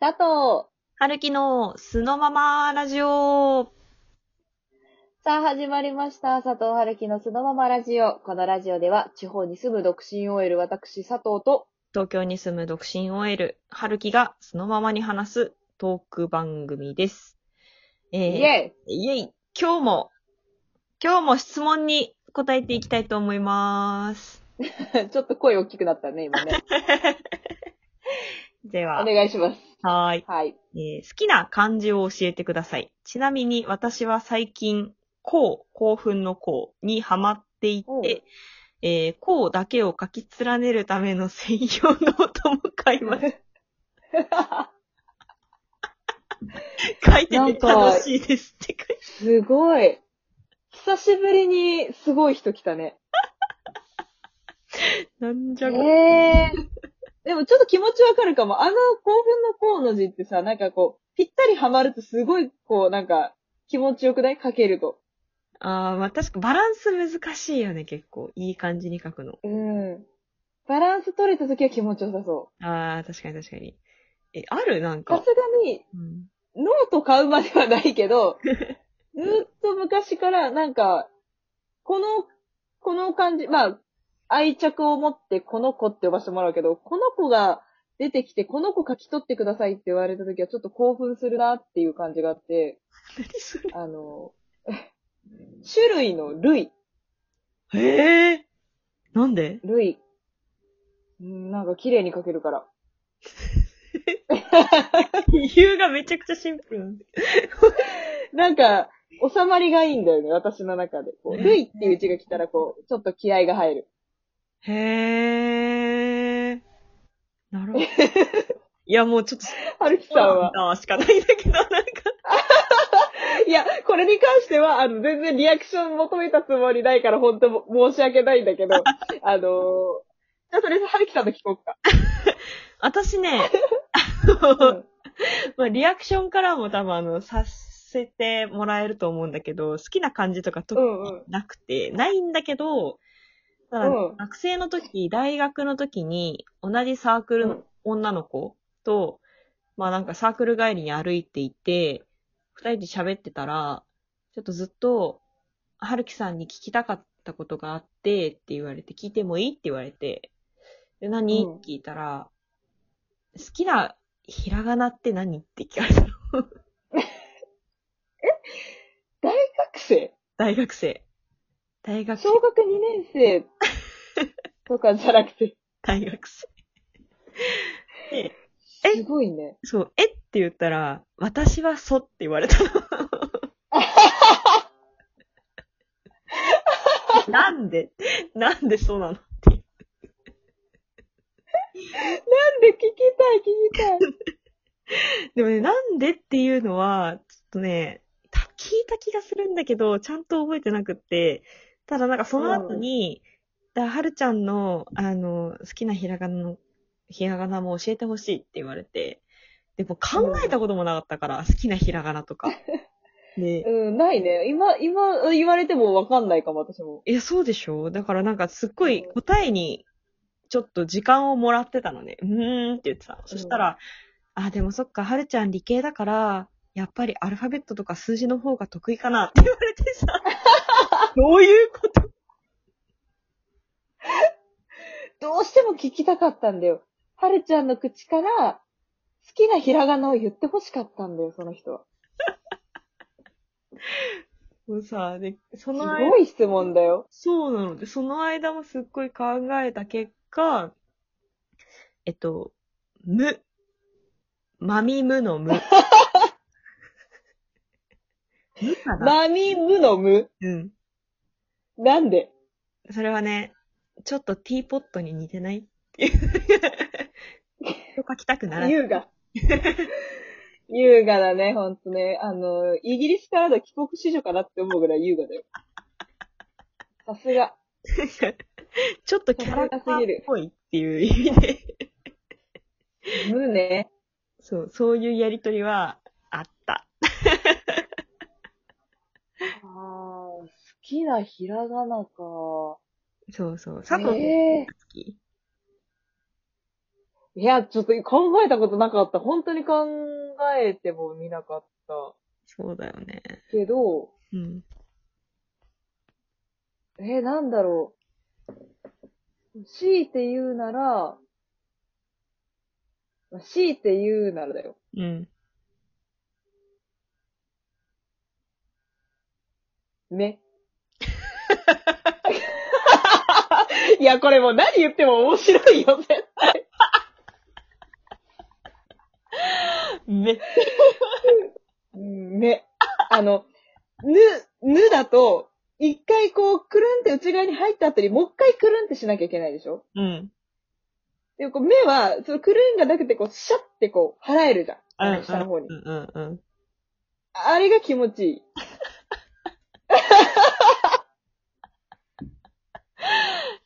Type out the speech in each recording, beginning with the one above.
佐藤春樹の素のままラジオ。さあ始まりました。佐藤春樹のそのままラジオ。このラジオでは地方に住む独身 OL 私佐藤と、東京に住む独身 OL、春樹がそのままに話すトーク番組です。えーイェイイエイ今日も、今日も質問に答えていきたいと思います。 ちょっと声大きくなったね、今 ね。でおは、願いします。はーい。はい。えー好きな漢字を教えてください。ちなみに私は最近、こう、興奮のこうにハマっていおうて、えー、こうだけを書き連ねるための専用ノートも買いました。書いてなてんか楽しいですって書い て。すごい。久しぶりにすごい人来たね。なんじえゃこ、えー。でもちょっと気持ちわかるかも。あの興奮の甲の字ってさ、なんかこう、ぴったりハマるとすごいこう、なんか気持ちよくないかけると。あーまあ確かバランス難しいよね、結構。いい感じに書くの。うん。バランス取れた時は気持ちよさそああ、確かに確かに。え、あるなんう。さかす。がに、うんノート買うまではないけ ど、ずっと昔から、なんか、この、この感じ、まあ、愛着を持ってこの子って呼ばせてもらうけど、この子が出てきて、この子書き取ってくださいって言われた時はちょっと興奮するなっていう感じがあって、何それあの、 種類の類、ええー、なんで類。うんなんか綺麗に書けるから。理由がめちゃくちゃシンプルなんだけなんか、収まりがいいんだよね、私の中で。こう、類っていう字が来たら、こう、ちょっと気合が入る。ど。へー。なるほど。いや、もうちょっと、はるきさんは。あしかないんだけど、なんか。いや、これに関しては、あの、全然リアクション求めたつもりないから、本当も申し訳ないんだけど、 あのー、じゃあ、とりあえず、はるきさんと聞こう か。私 ね、あうのん まあ、リアクションからも多分、あの、させてもらえると思うんだけど、好きな感じとか特うんうんになくて、ないんだけど、ただ、うん学生の時、大学の時に、同じサークルの女の子と、まあなんかサークル帰りに歩いていて、二人で喋ってたら、ちょっとずっと、はるきさんに聞きたかったことがあって、って言われて、聞いてもいいって言われて、で、何、うんって聞いたら、好きなひらがなって何って聞かれたの。学生大学生。大学生小。学2年 生とかじゃなくて、大学生。ですごいね。そう、えって言ったら、私はそって言われたの。なんでなんでそうななのんで聞きたい、聞きたい。でもね、なんでっていうのは、ちょっとね、た聞いた気がするんだけど、ちゃんと覚えてなくって、ただなんかその後に、だはるちゃんの、あの、好きなひらがなの、ひらがなも教えてほしいって言われて、でも考えたこともなかったから、好きなひらがなとか。ね、うん、ないね。今、今言われてもわかんないかも、私も。いや、そうでしょだからなんかすっごいうん答えに、ちょっと時間をもらってたのね。うーんって言ってたの。そしたら、あ、でもそっか、はるちゃん理系だから、やっぱりアルファベットとか数字の方が得意かなって言われて さ、どういうことどうしても聞きたかったんだよ。はるちゃんの口から、好きなひらがなを言ってほしかったんだよ、その人は。もうさ、で、すその間ご、い質問だよ。そうなので、その間もすっごい考えた結果、えっと、む。まみむ のむ。むかな、まみむのむうん。なんでそれはね、ちょっとティーポットに似て ないっていう。書きたくならない。優雅。 優雅だね、ほんとね。あの、イギリスからの帰国子女かなって思うぐらい優雅だよ。さすが。ちょっとキャラクターっぽいっていう意味で。むね。 そう、そういうやりとりはあった。あー好きなひらがなか。そうそう。佐藤え好き。ーいや、ちょっと考えたことなかった。本当に考えても見なかった。そうだよね。けど、うん。えー、なんだろう。強いて言うなら、まあ強いて言うならだよ。うん。ね。いや、これもう何言っても面白いよ、絶対。め、ね。あの、ぬ、ぬだと、一回こう、くるんって内側に入った後に、もう一回くるんってしなきゃいけないでしょうん。で、こう目は、そのくるんがなくて、こう、シャってこう、払えるじゃん。下の方にう。んうんうん。あれが気持ちいい。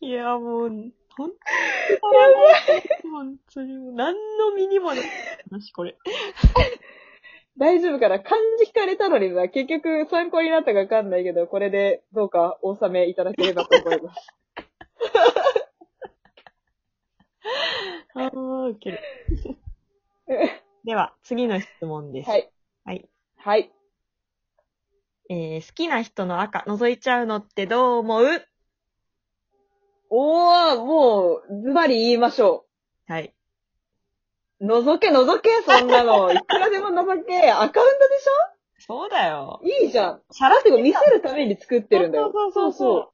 いや、もう、ほんとに、ほんとに、もう何の身にもな話、これ。大丈夫かな漢字聞かれたのにな、結局参考になったかわかんないけど、これでどうかお納めいただければと思います。ああ、ウケる。では、次の質問です。はい。はい。はい。えー、好きな人の赤、覗いちゃうのってどう思うおー、もう、ズバリ言いましょはい。う。覗け、覗け、そんなの。いくらでも覗け。アカウントでしそうだよ。ょいいじゃん。シャラてか見せるために作ってるんだよ。そうそうそう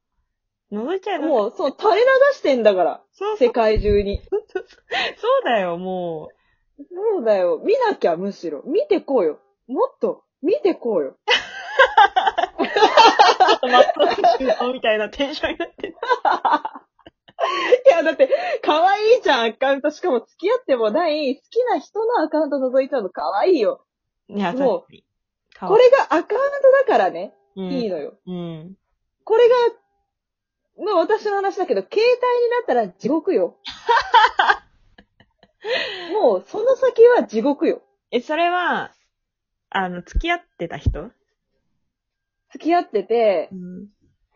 そう。覗いちゃうのもう、そう、垂れ流してんだから。そうそう世界中に。そうだよ、もそうだよ。見なきゃ、むしろ。見てこうよ。もっと、見てこうよ。う。ちょっとマットのみたいなテンションになってる。いや、だって、可愛いじゃん、アカウント。しかも付き合ってもない、好きな人のアカウント覗いちゃうの可愛いよ。いや、もう確かに。これがアカウントだからね、れいいのよ。うん。これが、まあ私の話だけど、携帯になったら地獄よ。もう、その先は地獄よ。え、それは、あの、付き合ってた人付き合っててう、ん。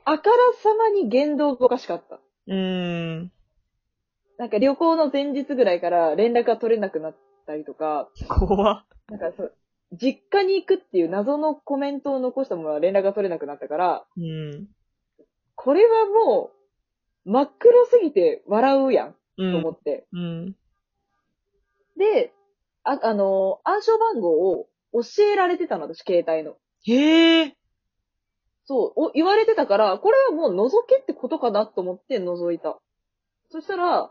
あからさまに言動がおかしかった。うん。なんか旅行の前日ぐらいから連絡が取れなくなったりとか、怖っ。なんかそう、実家に行くっていう謎のコメントを残したまま連絡が取れなくなったから、うん。これはもう、真っ黒すぎて笑うやん、うと思ん。って。うん。で、あ、あのー暗証番号を教えられてたの、私、携帯の。へえ。そう、お、言われてたから、これはもう覗けってことかなと思って覗いた。そしたら、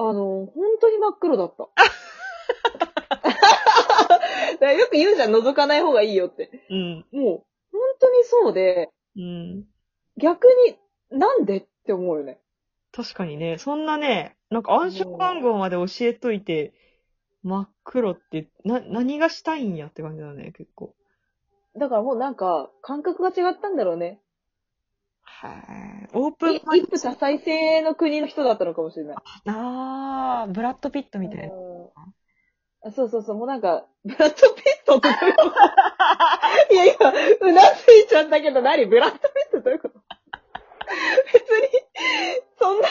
あのー本当に真っ黒だった。 だからよく言うじゃん、覗かない方がいいよって。うん。もう、本当にそうで、うん。逆に、なんでって思うよね。確かにね、そんなね、なんか暗証番号まで教えといて、真っ黒って、な、何がしたいんやって感じだね、結構。だからもうなんか、感覚が違ったんだろうね。はい。オープンい一夫多妻制の国の人だったのかもしれない。あー、ブラッド・ピットみたいな。うんあそうそうそう、もうなんか、ブラッド・ピットってどういうこといや、今、うなずいちゃったけど、何ブラッド・ピットどういうこと別に、そんな、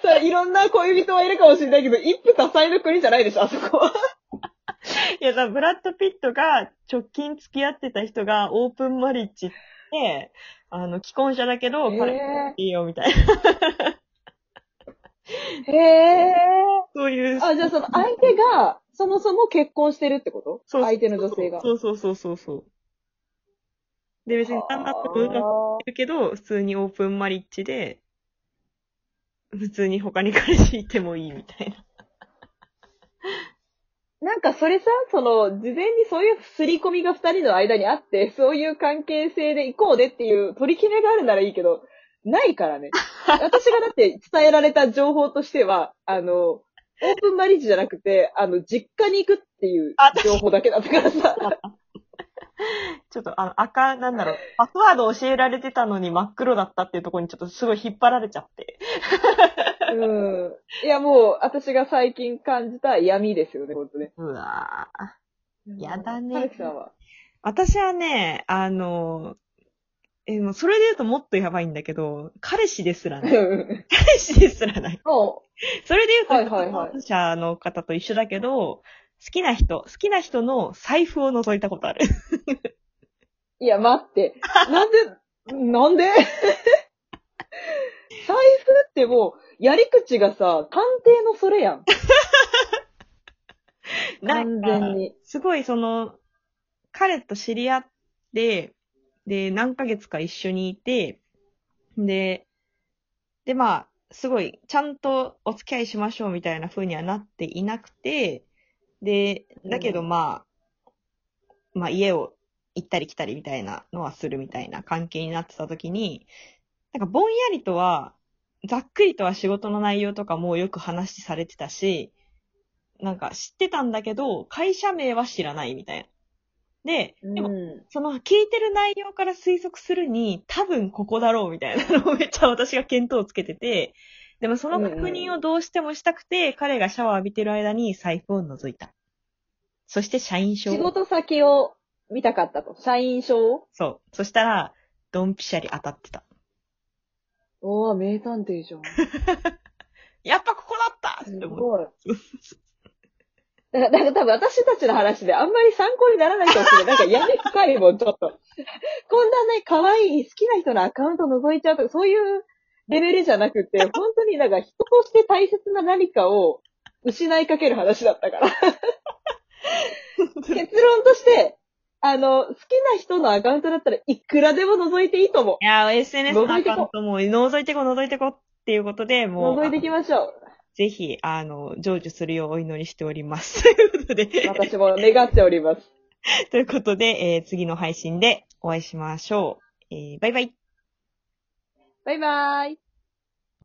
さ、いろんな恋人はいるかもしれないけど、一夫多妻の国じゃないでしょ、あそこは。いや、だからブラッド・ピットが直近付き合ってた人がオープンマリッジって、あの、既婚者だけへど、ー彼いいよみたいな。へえ。そういう。あ、じゃあその相手が、そもそも結婚してるってことそう相手の女性が。そうそうそうそうそう。で、別に旦那ともうまくあーいるけど、普通にオープンマリッジで、普通に他に彼氏いてもいいみたいな。 なんかそれさ、その、事前にそういう刷り込みが二人の間にあって、そういう関係性で行こうでっていう取り決めがあるならいいけど、ないからね。私がだって伝えられた情報としては、あの、オープンマリッジじゃなくて、あの、実家に行くっていうあ確かに情報だけだったから さ。ちょっと、あの、赤、なんだろう、パスワード教えられてたのに真っ黒だったっていうところにちょっとすごい引っ張られちゃって。うん。いやもう、私が最近感じた闇ですよね、ほんとね。うわぁ。やだねた ぬきさんは。私はね、あの、え、もうそれで言うともっとやばいんだけど、彼氏です らない。う彼氏ですらない。ん。もそれで言うと、はいはいはい者の方と一緒だけど、好きな人、好きな人の財布を覗いたことある。う、いや、待って。なんで、なんで 財布ってもう、やり口がさ、探偵のそれやん。なん完か全に。すごいその、彼と知り合って、で、何ヶ月か一緒にいて、で、で、まあ、すごい、ちゃんとお付き合いしましょうみたいな風にはなっていなくて、で、だけどうんまあ、まあ家を行ったり来たりみたいなのはするみたいな関係になってた時に、なんかぼんやりとは、ざっくりとは仕事の内容とかもよく話されてたし、なんか知ってたんだけど、会社名は知らないみたいな。で、でも、うん。その聞いてる内容から推測するに、多分ここだろうみたいなの をめっちゃ私が見当をつけてて、でもその確認をどうしてもしたくて、彼がシャワー浴びてる間に財布を覗いた。そして社員証仕を。事先を見たかったと。社員証をそう。そしたら、ドンピシャリ当たってた。おー、名探偵じゃん。やっぱここだったっすて思 っごい。だから、だから多分私たちの話であんまり参考にならないかもしれない。なんか闇深いもん、ちょっと。こんなね、可愛い好きな人のアカウント覗いちゃうとか、そういうレベルじゃなく て、本当になんか人として大切な何かを失いかける話だった から。結論として、あの、好きな人のアカウントだったらいくらでも覗いていいと思いやー、SNS の覗アいてカこウントも、覗いてこ、覗いてこっていうことで、う。もう、覗いていきましょう。ぜひ、あの、成就するようお祈りしております。 ということで、私も願っております。ということで、えー次の配信でお会いしましょう。えーバイバイ。バイバーイ。